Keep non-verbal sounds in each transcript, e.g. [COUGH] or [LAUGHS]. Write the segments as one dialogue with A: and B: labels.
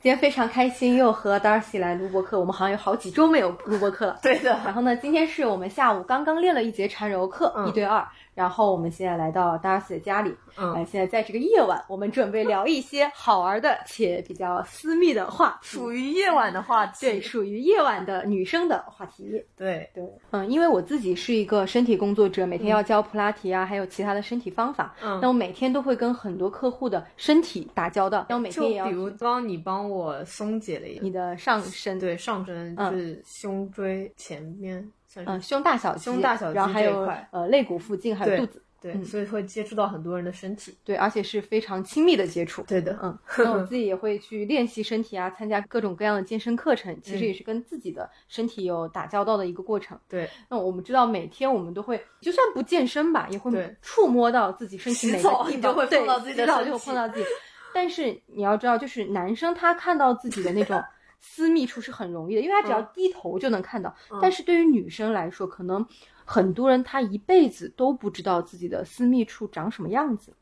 A: 今天非常开心，又和 Darcy 来录播课。我们好像有好几周没有录播课了。
B: [LAUGHS] 对的。
A: 然后呢，今天是我们下午刚刚练了一节缠柔课，
B: 嗯
A: 一对二。然后我们现在来到 Darcy 的家里。
B: 嗯
A: 呃现在在这个夜晚，我们准备聊一些好玩的且比较私密的话题，
B: 属于夜晚的话题。
A: 对，属于夜晚的女生的话题。
B: 对，
A: 对，嗯，因为我自己是一个身体工作者，每天要教普拉提啊，还有其他的身体方法。
B: 嗯
A: 那我每天都会跟很多客户的身体打交道，然后每
B: 就
A: 天也要
B: 比如帮你帮我松解了一
A: 你的上身，，
B: 对上身
A: 嗯
B: 就是胸椎前面，算是
A: 嗯，胸大小肌，
B: 胸大小肌
A: 然后还
B: 这一
A: 有
B: 块
A: 呃肋骨附近，还有
B: 对
A: 肚子，
B: 对，
A: 嗯
B: 所以会接触到很多人的身体。
A: 对，而且是非常亲密的接触。
B: 对的，
A: 嗯，那我自己也会去练习身体啊，参加各种各样的健身课程，其实
B: 嗯
A: 也是跟自己的身体有打交道的一个过程。
B: 对，
A: 那我们知道，每天我们都会，就算不健身吧，也会
B: 对
A: 触摸到自己身体每个
B: 洗
A: 地
B: 澡
A: 方，
B: 你就会碰到自己的
A: 对洗澡
B: 身体
A: 就会碰到自己。但是你要知道，就是男生他看到自己的那
B: [LAUGHS]
A: 种私密处是很容易的，因为他只要
B: 嗯
A: 低头就能看到。
B: 嗯
A: 但是对于女生来说，可能很多人他一辈子都不知道自己的私密处长什么样子。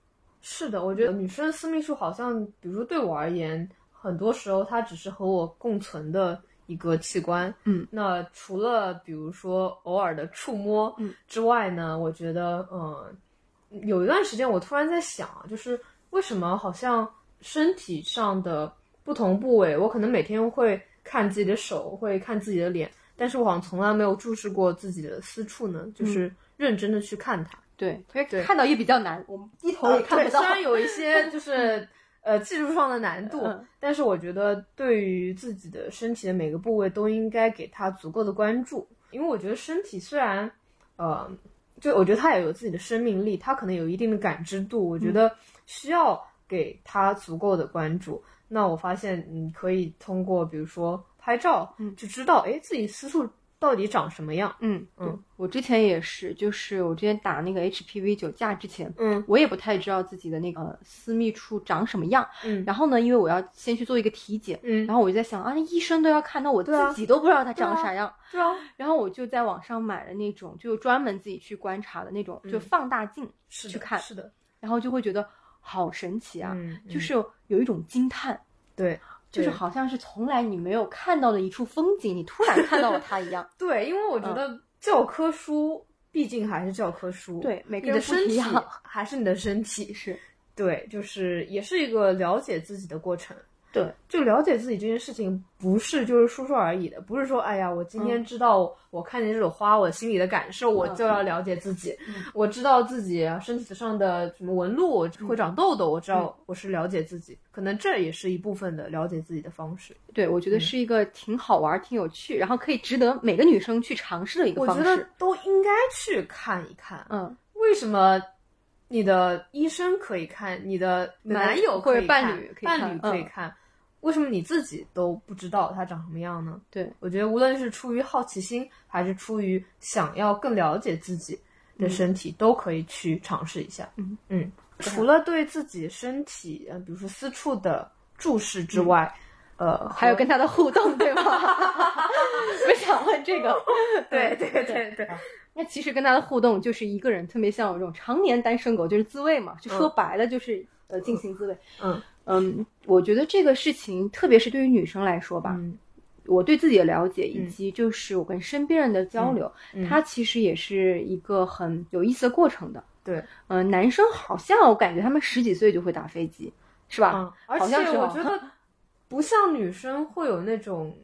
B: 是的，我觉得女生私密处好像，比如说对我而言，很多时候它只是和我共存的一个器官。
A: 嗯，
B: 那除了比如说偶尔的触摸
A: 嗯
B: 之外呢，我觉得，嗯，有一段时间我突然在想，啊就是为什么好像身体上的不同部位，我可能每天会看自己的手，会看自己的脸，但是我好像从来没有注视过自己的私处呢，
A: 嗯
B: 就是认真的去看它。
A: 对，因
B: 对
A: 为看到也比较难，嗯我们低头
B: 呃
A: 也看不到。
B: 对虽然有一
A: [LAUGHS]
B: 些就是呃技术上的难度，
A: 嗯
B: 但是我觉得对于自己的身体的每个部位都应该给它足够的关注，因为我觉得身体虽然呃，就我觉得它也有自己的生命力，它可能有一定的感知度，我
A: 嗯
B: 觉得需要给它足够的关注。那我发现你可以通过比如说拍照，
A: 嗯
B: 就知道哎自己私处到底长什么样。
A: 嗯
B: 嗯
A: 嗯，我之前也是，就是我之前打那个 HPV 九价之前，
B: 嗯
A: 我也不太知道自己的那个呃私密处长什么样。
B: 嗯
A: 然后呢，因为我要先去做一个体检，
B: 嗯，
A: 然后我就在想啊，那医生都要看，那我
B: 对啊
A: 自己都不知道它
B: 对啊
A: 长啥样。
B: 对啊，
A: 然后我就在网上买了那种，就专门自己去观察的那种，就
B: 嗯
A: 放大镜，
B: 是的
A: 去看
B: 是的，
A: 然后就会觉得好神奇啊，
B: 嗯，嗯
A: 就是有一种惊叹。
B: 对。
A: 就是
B: 对
A: 好像是从来你没有看到的一处风景，你突然看到了它一 [LAUGHS] 样。
B: 对，因为我
A: 嗯
B: 觉得教科书毕竟还是教科书，
A: 对每个
B: 你的
A: 人不
B: 身
A: 一
B: 体
A: 样
B: 还是你的身体，
A: 是，
B: 对，就是也是一个了解自己的过程。
A: 对，
B: 就了解自己这件事情，不是就是说说而已的，不是说哎呀，我今
A: 嗯
B: 天知道我,、看见这朵花，我心里的感受，我就要了解自己。
A: 嗯
B: 我知道自己啊身体上的什么纹路，我
A: 嗯
B: 会长痘痘，我知道我是了解自己，可能这也是一部分的了解自己的方式。
A: 对，我觉得
B: 嗯
A: 是一个挺好玩、挺有趣，然后可以值得每个女生去尝试的一个
B: 我
A: 方
B: 觉
A: 式。
B: 得都应该去看一看，
A: 嗯，
B: 为什么你的医生可以看，你的
A: 男
B: 男友可以看
A: 或者伴侣可以看
B: 伴侣可以
A: 嗯
B: 看、为什么你自己都不知道他长什么样呢？
A: 对，
B: 我觉得无论是出于好奇心，还是出于想要更了解自己的身体，都可以去尝试一下。
A: 嗯
B: 嗯，除了对自己身体，呃，比如说私处的注视之外，呃，
A: 嗯还有
B: 和
A: 跟他的互动，对
B: [LAUGHS]
A: 吗？我想问这个。
B: 对对
A: [LAUGHS]
B: 对对，
A: 那其实跟他的互动就是一个人，特别像我这种常年单身狗，就是自慰嘛，就说
B: 嗯
A: 白了就是、呃进行自慰。
B: 嗯
A: 嗯，我觉得这个事情，特别是对于女生来说吧，
B: 嗯，
A: 我对自己的了解，
B: 嗯
A: 以及就是我跟身边人的交流，
B: 嗯
A: 它其实也是一个很有意思的过程的。
B: 对，
A: 嗯、男生好像我感觉他们十几岁就会打飞机，是吧？
B: 嗯，而
A: 好像
B: 且
A: 是
B: 我
A: 哦
B: 觉
A: [LAUGHS]
B: 得不像女生会有那种。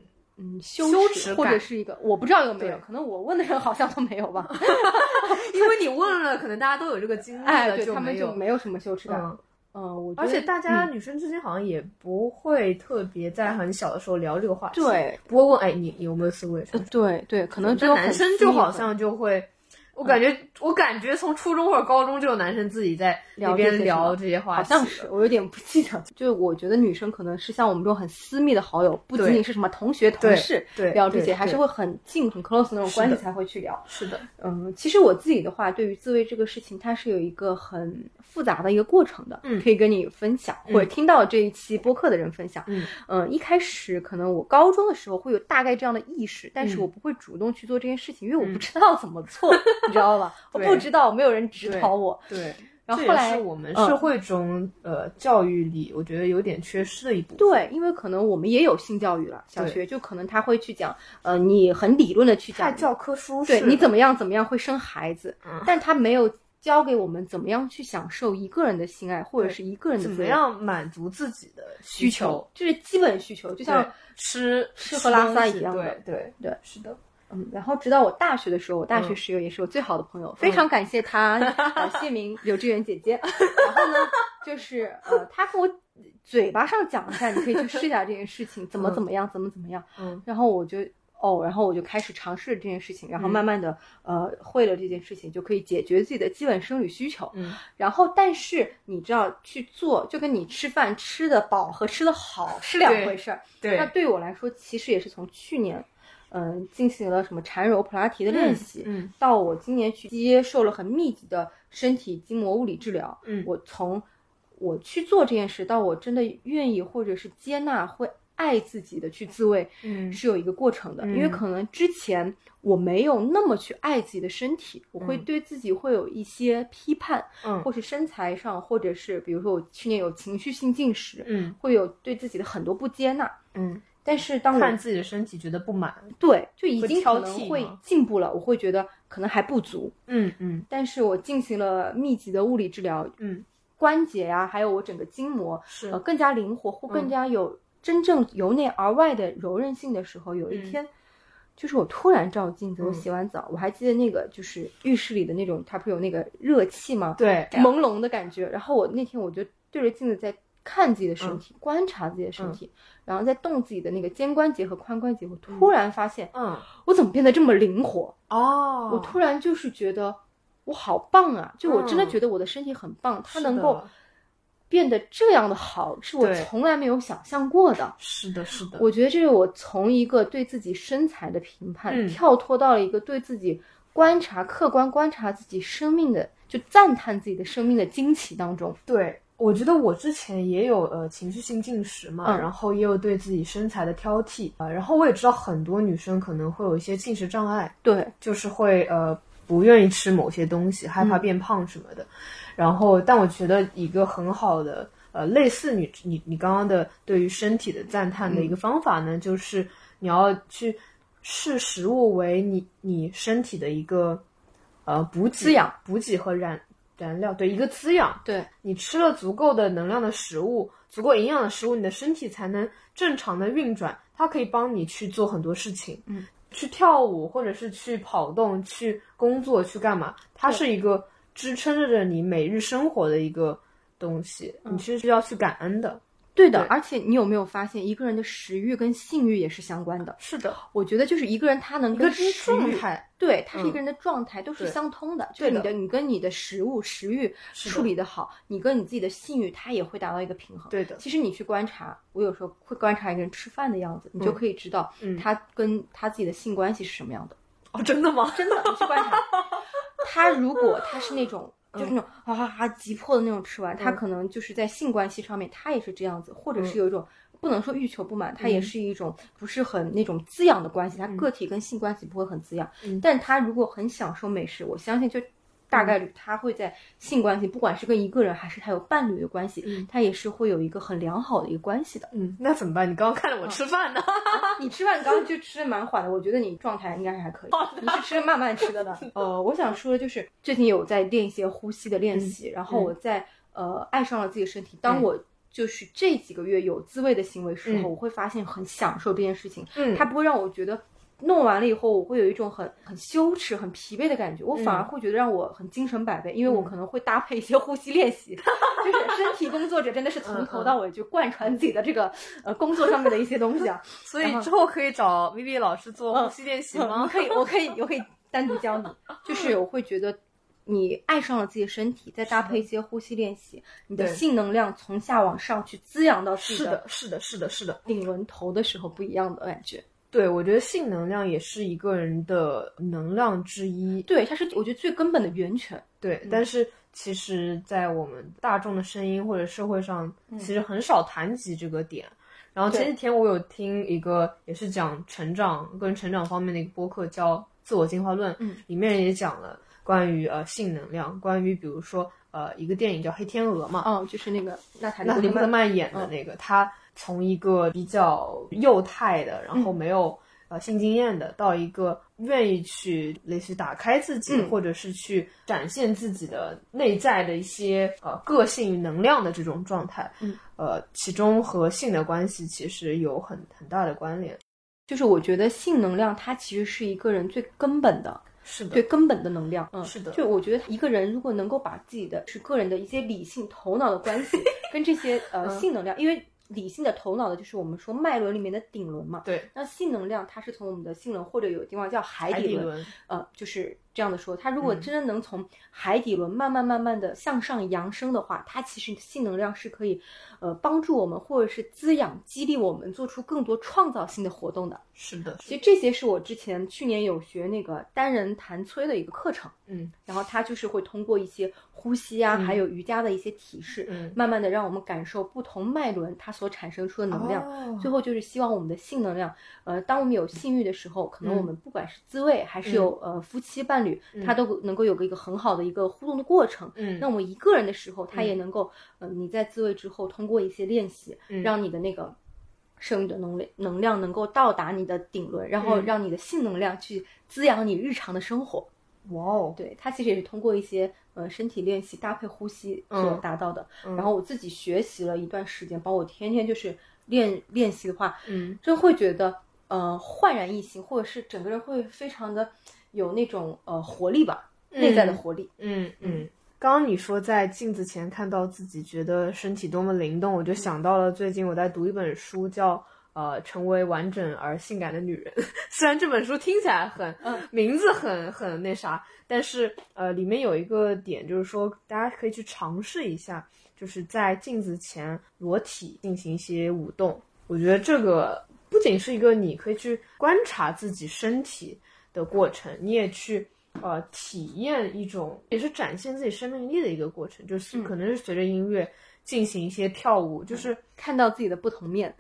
A: 嗯，羞
B: 羞耻
A: 耻
B: 感
A: 或者是一个，我不知道有没有，
B: 对
A: 可能我问的人好像都没有吧。
B: 因为你问了，可能大家都有这个经历了，
A: 哎，对
B: 就
A: 他们
B: 没
A: 就
B: 有。
A: 没有什么羞耻感。
B: 嗯，
A: 嗯，我觉
B: 而
A: 得
B: 且大家
A: 嗯
B: 女生之间好像也不会特别在很小的时候聊这个话题，，
A: 对
B: 不会问哎你你有没有思维什么的，
A: 对对，可能只
B: 但
A: 有
B: 男
A: 很
B: 生
A: 私
B: 就
A: 密嗯
B: 好
A: 的
B: 像就会，我感觉我感觉从初中或者高中就有男生自己在那
A: 聊这
B: 边
A: 些
B: 聊
A: 是吧
B: 这些话
A: 好
B: 题，
A: 像是，我有点不记得。就是我觉得女生可能是像我们这种很私密的好友，不仅
B: 对
A: 仅是什么同学、同
B: 对
A: 事
B: 对
A: 聊这
B: 对
A: 些，还
B: 对
A: 是会很近、很 close 的那种
B: 是
A: 关系
B: 的
A: 才会去聊。
B: 是的，
A: 嗯，其实我自己的话，对于自慰这个事情，它是有一个很复杂的一个过程的，
B: 嗯
A: 可以跟你分享，或者
B: 嗯
A: 听到这一期播客的人分享。
B: 嗯
A: 嗯，一开始可能我高中的时候会有大概这样的意识，但是
B: 嗯
A: 我不会主动去做这件事情，因为我
B: 嗯 [LAUGHS]
A: 不知道怎么做，你知道吧？我
B: 对
A: 不知道，没有人指
B: 对
A: 导我。
B: 对，
A: 然后
B: 这
A: 后
B: 也
A: 来
B: 是我们
A: 嗯
B: 社会中呃教育里我觉得有点缺失的一部分。
A: 对，因为可能我们也有性教育了，小
B: 对
A: 学就可能他会去讲，呃，你很理论的去
B: 太
A: 讲，
B: 教科书式
A: 对
B: 了，
A: 你怎么样怎么样会生孩子，
B: 嗯
A: 但他没有教给我们怎么样去享受一个人的性爱或者
B: 对
A: 是一个人的
B: 怎
A: 自
B: 么
A: 由
B: 样满足自己的
A: 需
B: 求？
A: 求，这是基本需求，就
B: 就
A: 像
B: 吃
A: 吃和拉撒
B: 东西
A: 一样的
B: 对对
A: 对，
B: 是的，
A: 嗯，然后直到我大学的时候，我大学
B: 嗯
A: 室友也是我最好的朋友，非常感谢她，呃谢名刘志远姐
B: [LAUGHS]
A: 姐。然后呢，就是呃，她跟我嘴巴上讲一下，你可以去试一下这件事情，怎么怎么样，怎么怎么样。
B: 嗯，
A: 然后我就哦，然后我就开始尝试这件事情，然后
B: 嗯
A: 慢慢的、呃会了这件事情，就可以解决自己的基本生理需求。
B: 嗯，
A: 然后，但是你知道去做，就跟你吃饭吃的饱和吃的好是两
B: 对
A: 回事儿。
B: 对
A: 那，对我来说，其实也是从去年，嗯、进行了什么缠柔、普拉提的练习，
B: 嗯
A: 到我今年去接受了很密集的身体筋膜物理治疗。
B: 嗯
A: 我从我去做这件事，到我真的愿意或者是接纳，会爱自己的去自慰，
B: 嗯
A: 是有一个过程的。
B: 嗯
A: 因为可能之前我没有那么去爱自己的身体，我会
B: 嗯
A: 对自己会有一些批判，
B: 嗯
A: 或是身材上，或者是比如说我去年有情绪性进食，
B: 嗯
A: 会有对自己的很多不接纳。
B: 嗯，
A: 但是当
B: 看
A: 我
B: 自己的身体觉得不满，
A: 对就已
B: 会
A: 经
B: 挑
A: 可
B: 剔
A: 能会
B: 吗
A: 进步了，我会觉得可能还不足。
B: 嗯嗯
A: 但是我进行了密集的物理治疗，
B: 嗯，
A: 关节呀、还有我整个筋膜，
B: 是
A: 呃，更加灵活或更
B: 嗯
A: 加有真正由内而外的柔韧性的时候，有一
B: 嗯
A: 天，就是我突然照镜子，我
B: 嗯
A: 洗完澡，我还记得那个就是浴室里的那种，它不是有那个热气吗？
B: 对，啊
A: 朦胧的感觉。然后我那天我就对着镜子在看自己的身
B: 嗯
A: 体，观察自己的身体，然后在动自己的那个肩关节和髋关节。我突然发现，
B: 嗯
A: 我怎么变得这么灵活？
B: 哦，
A: 我突然就是觉得我好棒啊！就我真的
B: 嗯
A: 觉得我的身体很棒，它
B: 是的
A: 能够变得这样的好，是我
B: 对
A: 从来没有想象过的。
B: 是的是的，
A: 我觉得这是我从一个对自己身材的评判，
B: 嗯
A: 跳脱到了一个对自己观察、客观观察自己生命的，就赞叹自己的生命的惊奇当中。
B: 对，我觉得我之前也有呃情绪性进食嘛，
A: 嗯
B: 然后也有对自己身材的挑剔啊、呃然后我也知道很多女生可能会有一些进食障碍，
A: 对，
B: 就是会呃不愿意吃某些东
A: 嗯
B: 西，害怕变胖什么的。然后，但我觉得一个很好的呃类似你你你刚刚的对于身体的赞
A: 嗯
B: 叹的一个方法呢，就是你要去视食物为你你身体的一个呃补给
A: 滋养、
B: 补给和燃燃料，对一个滋养。
A: 对，
B: 你吃了足够的能量的食物，足够营养的食物，你的身体才能正常的运转，它可以帮你去做很多事情，
A: 嗯，
B: 去跳舞或者是去跑动、去工作、去干嘛，它
A: 对
B: 是一个支撑着你每日生活的一个东西，
A: 嗯
B: 你是需要去感恩的。
A: 对的。
B: 对
A: 而且你有没有发现，一个人的食欲跟性欲也是相关的？
B: 是的，
A: 我觉得就是一个人他能
B: 一个
A: 跟食
B: 状
A: 欲，
B: 态
A: 对，他是一
B: 嗯
A: 个人的状态都是
B: 对
A: 相通的，就是
B: 对
A: 你的
B: 的
A: 你跟你的食物食欲
B: 是的
A: 处理的好，你跟你自己的性欲，它也会达到一个平衡。
B: 对的，
A: 其实你去观察，我有时候会观察一个人吃饭的样子，你就
B: 嗯
A: 可以知道
B: 嗯
A: 他跟他自己的性关系是什么样的。
B: 哦，真的吗？
A: 真的，你去观察他，如果他是那种。就是那种啊啊啊急迫的那种吃完，他
B: 嗯
A: 可能就是在性关系上面，他也是这样子，或者
B: 嗯
A: 是有一种不能说欲求不满，他也
B: 嗯
A: 是一种不是很那种滋养的关系，他
B: 嗯
A: 个体跟性关系不会很滋养
B: 嗯，
A: 但他如果很享受美食，我相信就大概率他会在性关系，不管是跟一个人还是他有伴侣的关系
B: 嗯，
A: 他也是会有一个很良好的一个关系的。
B: 嗯，那怎么办？你刚刚看着我吃饭呢。
A: [LAUGHS] 你吃饭刚刚就吃的蛮缓的，我觉得你状态应该是还可以。你是吃的慢慢吃的呢。呃，我想说的就是最近有在练一些呼吸的练习，然后我在呃爱上了自己的身体。当
B: 嗯
A: 我就是这几个月有自慰的行为时候，
B: 嗯
A: 我会发现很享受这件事情，
B: 嗯
A: 它不会让我觉得。弄完了以后，我会有一种很很羞耻、很疲惫的感觉，我反而
B: 嗯
A: 会觉得让我很精神百倍，因为我
B: 嗯
A: 可能会搭配一些呼吸练习，
B: [LAUGHS]
A: 就是身体工作者真的是从
B: 嗯
A: 头
B: 嗯
A: 到尾就贯穿自己的这个呃工作上面的一些东西啊，
B: 所
A: 然
B: 以
A: 后
B: 之后可以找 V V 老师做
A: 嗯
B: 呼吸练习
A: 我
B: 吗？
A: 可以，我可以，我可以单独 [LAUGHS] 教你。就是我会觉得，你爱上了自己的身体，再搭配一些呼吸练习，你的
B: 对
A: 性能量从下往上去滋养到自己
B: 是
A: 的
B: 的，是的，是的，是的。
A: 顶轮头的时候不一样的感觉。
B: 对，我觉得性能量也是一个人的能量之一。
A: 对，它是我觉得最根本的源泉。
B: 对，
A: 嗯
B: 但是其实，在我们大众的声音或者社会上，
A: 嗯
B: 其实很少谈及这个点。然后前
A: 对
B: 几天我有听一个也是讲成长、个人成长方面的一个播客，叫《自我进化论》，
A: 嗯
B: 里面也讲了关于呃性能量，关于比如说呃一个电影叫《黑天鹅》嘛，
A: 哦，就是嗯那个娜塔莉
B: 那
A: 波
B: 林
A: 特
B: 德
A: 曼，
B: 曼演的那个，他从一个比较幼态的，然
A: 嗯
B: 后没有、呃性经验的，到一个愿意去类似于打开自己，
A: 嗯
B: 或者是去展现自己的内在的一些呃个性与能量的这种状态，
A: 嗯、
B: 呃，其中和性的关系其实有很很大的关联。
A: 就是我觉得性能量它其实是一个人最根本的，
B: 是的
A: 对，根本的能量，嗯，
B: 是的
A: 就我觉得一个人如果能够把自己的是个人的一些理性头脑的关
B: [LAUGHS]
A: 系跟这些呃
B: 嗯
A: 性能量，因为理性的头脑的就是我们说脉轮里面的顶轮嘛，
B: 对，
A: 那性能量它是从我们的性轮或者有地方叫海
B: 海
A: 底
B: 底
A: 轮，
B: 轮，
A: 呃，就是这样的说，它如果
B: 嗯
A: 真的能从海底轮慢慢慢慢的向上扬升的话，它其实性能量是可以呃帮助我们或者是滋养激励我们做出更多创造性的活动的。
B: 是的，
A: 其实这些是我之前去年有学那个单人弹催的一个课程。
B: 嗯
A: 然后它就是会通过一些呼吸啊，
B: 嗯
A: 还有瑜伽的一些提示，
B: 嗯，
A: 慢慢的让我们感受不同脉轮它所产生出的能量。
B: 哦
A: 最后就是希望我们的性能量，呃，当我们有性欲的时候，可能
B: 嗯
A: 我们不管是自慰还是有、呃夫妻伴侣，
B: 嗯
A: 它都能够有个一个很好的一个互动的过程。
B: 嗯，
A: 那我们一个人的时候，它
B: 嗯
A: 也能够，呃，你在自慰之后，通过一些练习，
B: 嗯
A: 让你的那个剩余的能量能量能够到达你的顶轮，然后
B: 嗯
A: 让你的性能量去滋养你日常的生活。
B: 哇哦，
A: 对，它其实也是通过一些呃身体练习搭配呼吸所
B: 嗯
A: 达到的。
B: 嗯
A: 然后我自己学习了一段时间，包括我天天就是练练习的话，
B: 嗯
A: 真会觉得呃焕然一新，或者是整个人会非常的有那种呃活力吧，内在的
B: 嗯
A: 活力。
B: 嗯，嗯，刚刚你说在镜子前看到自己，觉得身体多么灵动，我就想到了最近我在读一本书，叫呃《成为完整而性感的女人》。 [LAUGHS] 虽然这本书听起来很，呃
A: 嗯
B: 名字很很那啥，但是呃，里面有一个点就是说，大家可以去尝试一下，就是在镜子前裸体进行一些舞动。我觉得这个不仅是一个你可以去观察自己身体的过程，你也去呃体验一种，也是展现自己生命力的一个过程，就是
A: 嗯
B: 可能是随着音乐进行一些跳舞，就是
A: 看到自己的不同面，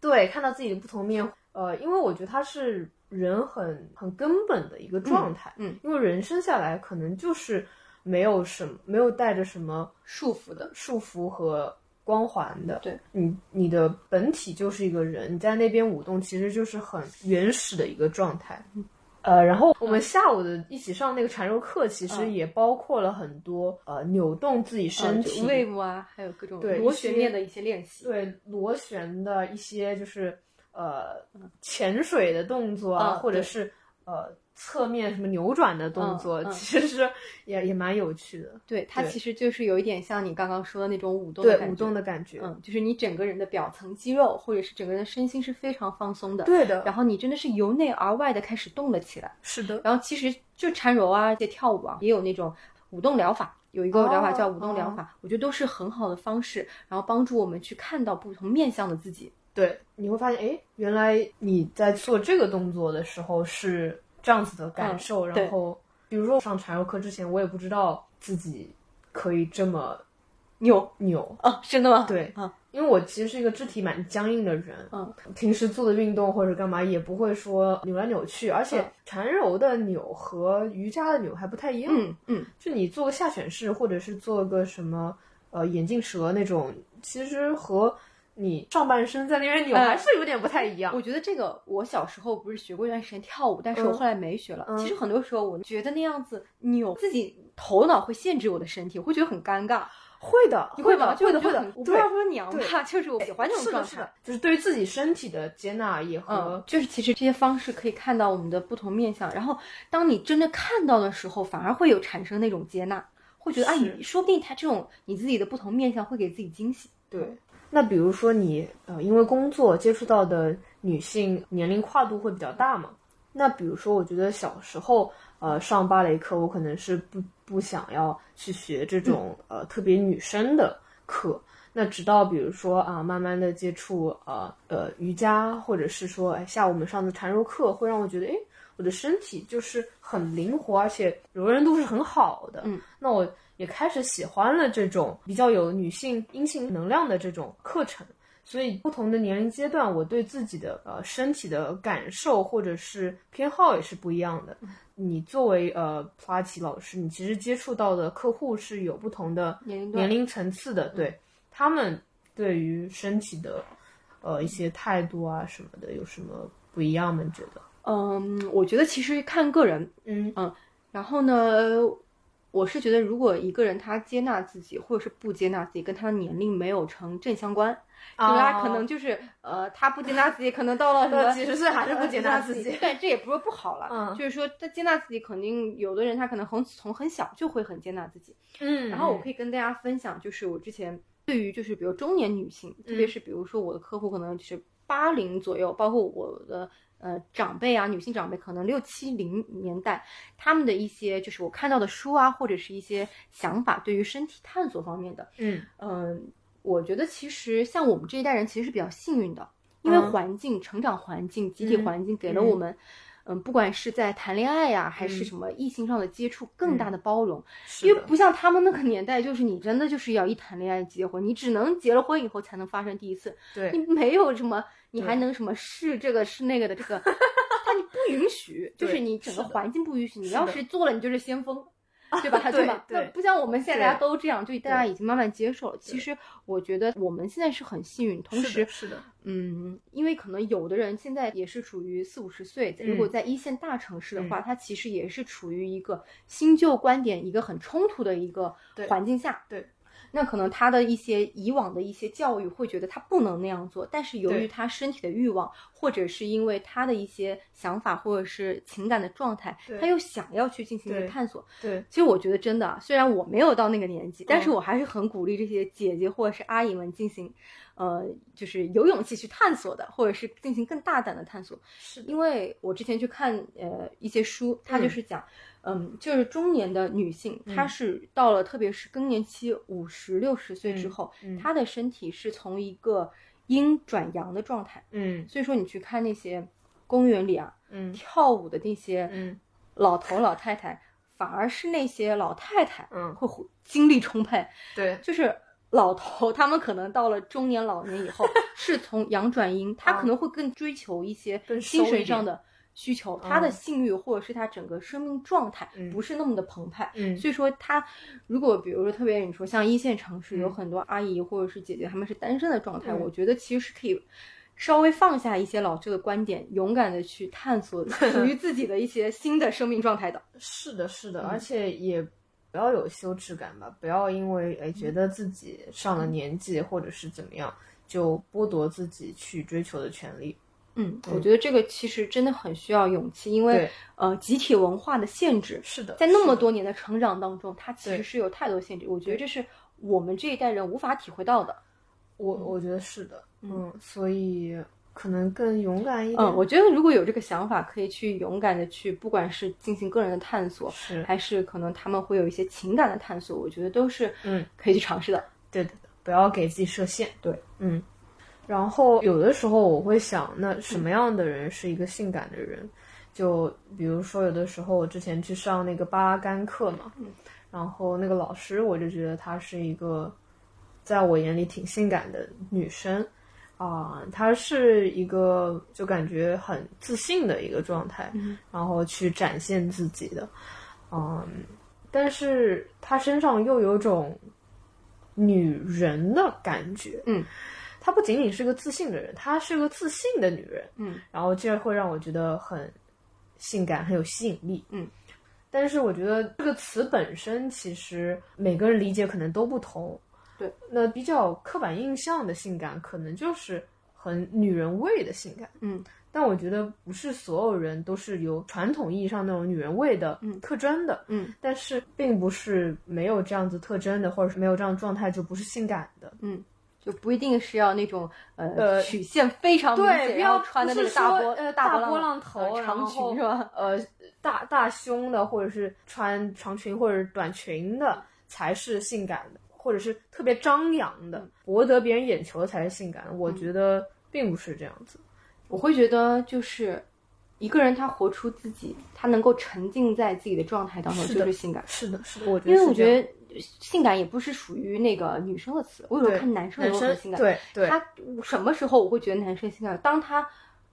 B: 对看到自己的不同面。呃，因为我觉得它是人很很根本的一个状态，
A: 嗯，
B: 因为人生下来可能就是没有什么，没有带着什么
A: 束缚的，
B: 束缚和光环的。
A: 对，
B: 你你的本体就是一个人，你在那边舞动其实就是很原始的一个状态。
A: 嗯
B: 呃，然后我们下午的一起上那个缠柔课，其实
A: 嗯
B: 也包括了很多呃扭动自己身
A: 呃就
B: 体、
A: wave 啊，还有各种
B: 对
A: 螺
B: 一
A: 旋
B: 些
A: 面的一些练习。
B: 对螺旋的一些就是呃潜水的动作啊，
A: 嗯
B: 或者
A: 对
B: 是呃侧面什么扭转的动作，
A: 嗯嗯
B: 其实也也蛮有趣的，
A: 对，它
B: 对
A: 其实就是有一点像你刚刚说的那种舞动的
B: 对
A: 感觉。
B: 舞动的感觉，
A: 嗯，就是你整个人的表层肌肉或者是整个人的身心是非常放松的，
B: 对的，
A: 然后你真的是由内而外的开始动了起来。
B: 是的，
A: 然后其实就缠柔啊，这跳舞啊，也有那种舞动疗法，有一个疗法
B: 哦
A: 叫舞动疗法，我觉得都是很好的方式，然后帮助我们去看到不同面向的自己。
B: 对，你会发现，哎，原来你在做这个动作的时候是这样子的感受，
A: 嗯对
B: 然后比如说上缠柔课之前，我也不知道自己可以这么
A: 有
B: 扭，
A: 啊，真的吗？
B: 对
A: 啊，
B: 因为我其实是一个肢体蛮僵硬的人，
A: 嗯，
B: 平时做的运动或者干嘛也不会说扭来扭去，而且
A: 嗯
B: 缠柔的扭和瑜伽的扭还不太一样，
A: 嗯嗯，
B: 就你做个下犬式或者是做个什么呃眼镜蛇那种，其实和你上半身在那边扭
A: 哎
B: 还是有点不太一样。
A: 我觉得这个我小时候不是学过一段时间跳舞，但是我
B: 嗯
A: 后来没学了。
B: 嗯
A: 其实很多时候我觉得那样子扭自己头脑会限制我的身体，我会觉得很尴尬。
B: 会的，
A: 你会
B: 的
A: 吗？，
B: 会
A: 就
B: 的，
A: 是
B: 会
A: 觉得
B: 的
A: 很。我不
B: 对
A: 知，道说娘
B: 对
A: 吧，就是我喜欢这种
B: 是
A: 状
B: 的，是
A: 态
B: 的。，就是对于自己身体的接纳也和
A: 嗯，就是其实这些方式可以看到我们的不同面相，然后当你真的看到的时候，反而会有产生那种接纳，会觉得啊，
B: 是
A: 你说不定他这种你自己的不同面相会给自己惊喜。
B: 对。那比如说你呃，因为工作接触到的女性年龄跨度会比较大嘛？那比如说，我觉得小时候呃上芭蕾课，我可能是不不想要去学这种、呃特别女生的课。那直到比如说啊，慢慢的接触呃呃瑜伽，或者是说哎下午我们上的缠柔课，会让我觉得哎我的身体就是很灵活，而且柔韧度是很好的。
A: 嗯，
B: 那我也开始喜欢了这种比较有女性阴性能量的这种课程。所以不同的年龄阶段，我对自己的呃身体的感受或者是偏好也是不一样的。
A: 嗯
B: 你作为呃普拉提老师，你其实接触到的客户是有不同的
A: 年龄段
B: 年龄层次
A: 嗯
B: 的，对他们对于身体的呃一些态度啊什么的有什么不一样吗？你觉得？
A: 嗯，我觉得其实看个人，
B: 嗯
A: 然后呢，我是觉得，如果一个人他接纳自己，或者是不接纳自己，跟他的年龄没有成正相关，就
B: 啊
A: 他可能就是呃，他不接纳自己，可能到了什么呃
B: 到哦呃几十岁还是不接纳自己
A: 但这也不是不好了，
B: 嗯
A: 就是说他接纳自己，肯定有的人他可能很从很小就会很接纳自己。
B: 嗯，
A: 然后我可以跟大家分享，就是我之前对于就是比如中年女性，特
B: 嗯
A: 别是比如说我的客户可能就是八零左右，包括我的呃长辈啊，女性长辈可能六七零年代，他们的一些就是我看到的书啊，或者是一些想法，对于身体探索方面的，
B: 嗯
A: 嗯，我觉得其实像我们这一代人其实是比较幸运的，因为
B: 嗯
A: 环境、成长环境、集体
B: 嗯
A: 环境给了
B: 嗯
A: 我们，嗯不管是在谈恋爱呀、还是
B: 嗯
A: 什么异性上的接触，更大
B: 嗯
A: 的包容。
B: 是
A: 因为
B: 的，
A: 不像他们那个年代，就是你真的就是要一谈恋爱结婚，你只能结了婚以后才能发生第一次，你
B: 对
A: 没有什么，你
B: 对
A: 还能什么试这个试那个的这
B: [LAUGHS]
A: 个，但你不允许，就是
B: 对
A: 你整个
B: 是的
A: 环境不允许，你
B: 是
A: 要
B: 的啊
A: 是做了，你就是先锋。对吧？
B: [LAUGHS] 对
A: 吧？
B: 对
A: 那不像我们现在大家
B: 对
A: 都这样，就大家已经慢慢接受了。其
B: 对
A: 实我觉得我们现在是很幸运，同
B: 是
A: 时
B: 的，是的，
A: 嗯，因为可能有的人现在也是处于四五十岁，如果
B: 嗯
A: 在一线大城市的话，他其实也是处于一个新旧观点一个很冲突的一个
B: 对
A: 环境下。
B: 对
A: 那可能他的一些以往的一些教育会觉得他不能那样做，但是由
B: 对
A: 于他身体的欲望，或者是因为他的一些想法或者是情感的状态，
B: 对
A: 他又想要去进行一个
B: 对
A: 探索。
B: 对
A: 其实我觉得真的啊，虽然我没有到那个年纪，但是
B: 嗯
A: 我还是很鼓励这些姐姐或者是阿姨们进行，呃，就是有勇气去探索的，或者是进行更大胆的探索。
B: 是的，
A: 因为我之前去看呃一些书，它就
B: 嗯
A: 是讲，嗯就是中年的女性，她
B: 嗯
A: 是到了特别是更年期五十六十岁之
B: 嗯
A: 后，
B: 嗯
A: 她的身体是从一个阴转阳的状态。
B: 嗯
A: 所以说，你去看那些公园里啊
B: 嗯
A: 跳舞的那些
B: 嗯
A: 老头老太太，反而是那些老太太
B: 嗯，
A: 会活精力充沛，
B: 对，
A: 就是老头他们可能到了中年老年以
B: [LAUGHS]
A: 后，是从阳转阴，他可能会更追求一些
B: 嗯更
A: 精
B: 收一
A: 神
B: 点
A: 上的需求，他的
B: 嗯
A: 性欲或者是他整个生命状态
B: 嗯
A: 不是那么的澎湃。
B: 嗯
A: 所以说，他如果比如说，特别你说像一线城市有
B: 嗯
A: 很多阿姨或者是姐姐，她们是单身的状态，
B: 嗯
A: 我觉得其实是可以稍微放下一些老旧的观点，勇敢的去探
B: [LAUGHS]
A: 索属于自己的一些新的生命状态的。
B: 是的，是的，
A: 嗯
B: 而且也不要有羞耻感吧，不要因为哎觉得自己上了年纪或者是怎么样，就剥夺自己去追求的权利。
A: 嗯，我
B: 嗯
A: 觉得这个其实真的很需要勇气，因为
B: 对
A: 呃，集体文化的限制，
B: 是的，
A: 在那么
B: 是的
A: 多年的成长当中，它其实
B: 对
A: 是有太多限制。我觉得
B: 对
A: 这是我们这一代人无法体会到的。
B: 我
A: 嗯
B: 我觉得是的，
A: 嗯
B: 嗯，所以可能更勇敢一点。
A: 嗯，我觉得如果有这个想法，可以去勇敢的去，不管是进行个人的探索，
B: 是
A: 还是可能他们会有一些情感的探索，我觉得都是
B: 嗯
A: 可以去尝试的。
B: 对的，不要给自己设限。
A: 对，
B: 嗯。然后有的时候我会想，那什么样的人是一个性感的人？就比如说，有的时候我之前去上那个巴干课嘛，
A: 嗯
B: 然后那个老师我就觉得她是一个，在我眼里挺性感的女生，啊、她是一个就感觉很自信的一个状态，
A: 嗯
B: 然后去展现自己的，嗯，但是她身上又有种女人的感觉，
A: 嗯，
B: 她不仅仅是个自信的人，她是个自信的女人，
A: 嗯
B: 然后这会让我觉得很性感，很有吸引力，
A: 嗯。
B: 但是我觉得这个词本身其实每个人理解可能都不同，
A: 对。
B: 那比较刻板印象的性感，可能就是很女人味的性感，
A: 嗯。
B: 但我觉得不是所有人都是有传统意义上那种女人味的
A: 嗯
B: 特征的，
A: 嗯
B: 但是并不是没有这样子特征的，或者是没有这样的状态就不是性感的。
A: 嗯，就不一定是要那种呃
B: 呃
A: 曲线非常明显，
B: 对，不
A: 然
B: 要
A: 后穿的那
B: 不
A: 个
B: 是
A: 大
B: 说
A: 波
B: 呃
A: 大
B: 波
A: 浪
B: 浪头、
A: 呃长裙是
B: 然后
A: 吧？
B: 呃，大大胸的，或者是穿长裙或者短裙的才是性感的，或者是特别张扬的
A: 嗯，
B: 博得别人眼球的才是性感的。我
A: 嗯
B: 觉得并不是这样子。
A: [LAUGHS] 我会觉得就是一个人他活出自己，他能够沉浸在自己的状态当中，
B: 是
A: 就
B: 的
A: 是性感。
B: 是的，是的，我觉
A: 因
B: 得
A: 为
B: 是
A: 我
B: 这
A: 觉
B: 样
A: 得性感也不是属于那个女生的词。我有时候
B: 对
A: 看男生也
B: 男
A: 会
B: 生
A: 很性感，
B: 对对
A: 他什么时候我会觉得男生性感？当他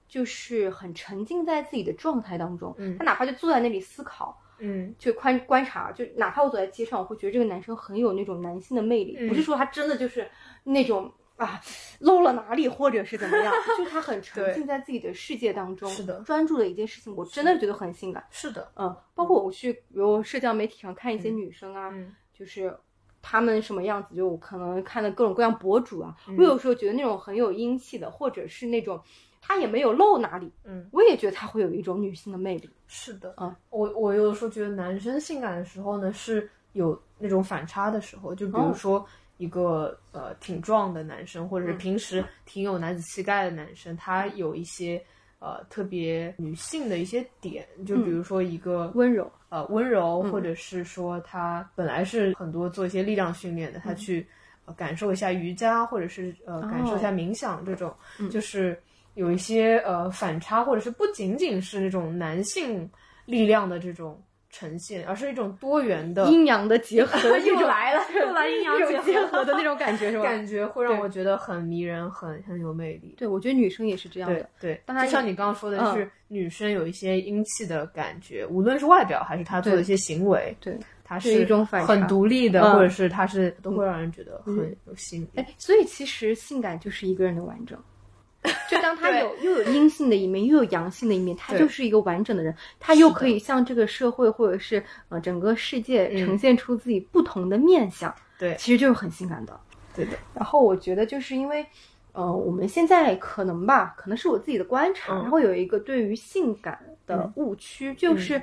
A: 就是很沉浸在自己的状态当中，
B: 嗯
A: 他哪怕就坐在那里思考，
B: 嗯
A: 去观观察，就哪怕我走在街上，我会觉得这个男生很有那种男性的魅力，
B: 嗯
A: 不是说他真的就是那种啊漏了哪里或者是怎么样，就是他很沉
B: 对
A: 浸在自己的世界当中，
B: 是的
A: 专注的一件事情，我真的觉得很性感。
B: 是的，
A: 嗯，包括我去比如社交媒体上看一些女生啊，
B: 嗯
A: 就是他们什么样子，就我可能看的各种各样博主啊，
B: 嗯
A: 我有时候觉得那种很有英气的，或者是那种他也没有露哪里，
B: 嗯
A: 我也觉得他会有一种女性的
B: [LAUGHS]
A: 魅力。
B: 是的
A: 啊，
B: 我我有的时候觉得男生性感的时候呢是有那种反差的时候，就比如
A: 哦
B: 说。一个呃挺壮的男生，或者是
A: 嗯
B: 平时挺有男子气概的男生，他有一些呃特别女性的一些点，就比如说一个
A: 嗯温柔，
B: 呃温柔，
A: 嗯
B: 或者是说他本来是很多做一些力量训练
A: 嗯
B: 的，他去、呃感受一下瑜伽，或者是呃感受一
A: 哦
B: 下冥想这种，
A: 嗯
B: 就是有一些呃反差，或者是不仅仅是那种男性力量的这种呈现，而是一种多元的 [LAUGHS]
A: 阴阳的结合的那
B: 嗯又
A: 种
B: 来了， [LAUGHS] 又来阴阳
A: 那种结
B: 结
A: 合的那种感觉是吧？
B: 感觉，会让
A: 对
B: 我觉得很迷人，很很有魅力。
A: 对，我觉得女生也是这样
B: 对
A: 的。
B: 对，
A: 当然
B: 就像你刚刚说的
A: 嗯
B: 是，女生有一些英气的感觉，无论是外表还是她做的一些行为，
A: 对，
B: 她
A: 是
B: 是
A: 一种反
B: 很
A: 差
B: 独立的，
A: 嗯
B: 或者是她是都会让人觉得很
A: 嗯
B: 有吸引力。
A: 哎，所以其实性感就是一个人的完整。就当他
B: 对
A: 有又有阴性的一面，又有阳性的一面，他
B: 对
A: 就是一个完整的人，他
B: 是
A: 又
B: 的
A: 可以向这个社会或者是呃整个世界
B: 嗯
A: 呈现出自己不同的面相，
B: 对
A: 其实就是很性感的。
B: 对的，
A: 然后我觉得就是因为，呃，我们现在可能吧，可能是我自己的观察，
B: 嗯
A: 然后有一个对于性感的
B: 嗯
A: 误区，就是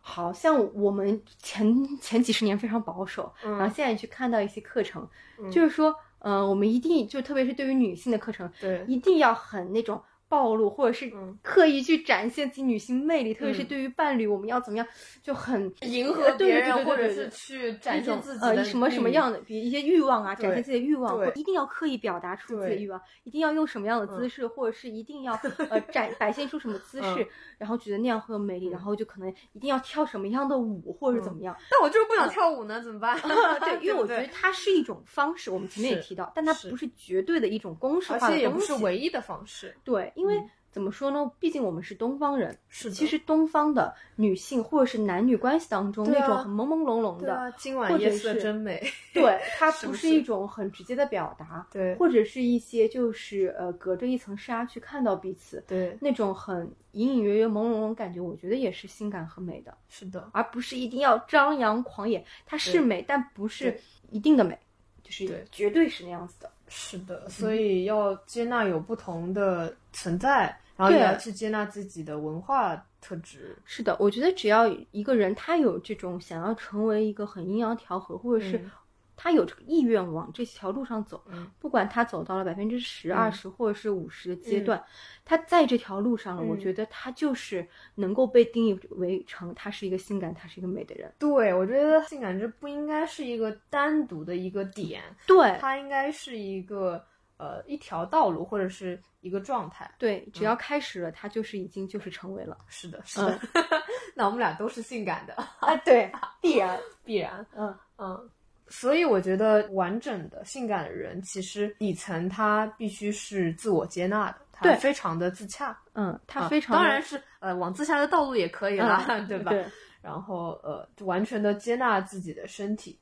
A: 好像我们前前几十年非常保守，
B: 嗯
A: 然后现在去看到一些课程，
B: 嗯
A: 就是说，呃，我们一定就特别是对于女性的课程，
B: 对
A: 一定要很那种。暴露，或者是
B: 嗯
A: 刻意去展现自己女性魅力，特别是
B: 嗯
A: 对于伴侣，我们要怎么样，就很呃
B: 迎
A: 合别人或者是
B: 去
A: 一种呃什么什么样的，比一些欲望啊，展现
B: 嗯对
A: 自己的欲望，
B: 对
A: 或一定要刻意表达出自己的
B: 对
A: 欲望，一定要用什么样的姿
B: 嗯
A: 势，或者是一定
B: [LAUGHS]
A: 要呃展摆现出什么姿势，然后觉得那样很有
B: 嗯
A: 魅力，然后就可能一定要跳什么样的舞，或者是怎么
B: [LAUGHS]
A: 样。
B: 但我就是不想跳舞呢，怎么办？ [LAUGHS]
A: 对，因为我觉得它是一种方式，我们前面也
B: 是
A: 提到，但它
B: 是
A: 不是绝对的一种公式
B: 而
A: 化
B: 且
A: 的
B: 也不
A: 东
B: 是
A: 西。
B: 唯一的方式。
A: 对，因为
B: 嗯
A: 怎么说呢？毕竟我们是东方人，
B: 是的，
A: 其实东方的女性或者是男女关系当中
B: 对
A: 那种
B: 啊
A: 很朦朦胧胧
B: 对
A: 的，
B: 啊，今
A: 或
B: 晚
A: 者
B: 夜色
A: 是
B: 真美。
A: 对，它
B: [LAUGHS] 是
A: 不
B: 不
A: 是
B: 是
A: 一种很直接的表达，
B: 对
A: 或者是一些就是呃隔着一层纱去看到彼此
B: 对，
A: 那种很隐隐约约、朦胧胧的感觉，我觉得也是性感和美的，
B: 是的，
A: 而不是一定要张扬狂野。它是
B: 对
A: 美，但不是
B: 对
A: 一定的美，就是
B: 对
A: 绝对是那样子的。
B: 是的，所以要接纳有不同的存在，然后也
A: 对
B: 要去接纳自己的文化特质。
A: 是的，我觉得只要一个人他有这种想要成为一个很阴阳调和，或者是
B: 嗯
A: 他有这个意愿往这条路上走，
B: 嗯
A: 不管他走到了百分之十、二
B: 嗯
A: 十或者是五十的阶段，他在这条路上了，我
B: 嗯
A: 觉得他就是能够被定义为成他是一个性感，他是一个美的人。
B: 对，我觉得性感这不应该是一个单独的一个点，
A: 对
B: 它应该是一个呃一条道路或者是一个状态。
A: 对，只
B: 嗯
A: 要开始了，他就是已经就是成
B: [LAUGHS]
A: 为了。
B: 是的，是的。 [LAUGHS] 那我们俩都是性感的，
A: 啊，对，必然，
B: 必然。
A: 嗯，
B: 嗯，所以我觉得完整的性感的人，其实底层他必须是自我接纳的，他
A: 对
B: 非常的自洽。
A: 嗯，他
B: 啊
A: 非常、
B: 当然是呃往自洽的道路也可以啦，
A: 嗯
B: [LAUGHS] 对吧？
A: 对，
B: 然后呃，就完全的接纳自己的身体。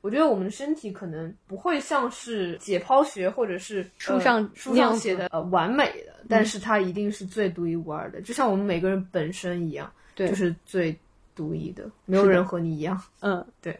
B: 我觉得我们的身体可能不会像是解剖学或者是
A: 书
B: 呃
A: 上
B: 书
A: 那样
B: 上
A: 子
B: 写的呃完美的，但是它一定是最独一无二的，就像我们每个人本身一样，
A: 对
B: [LAUGHS] 就是最独一的，没有
A: 是的
B: 人和你一样。
A: 嗯，
B: 对。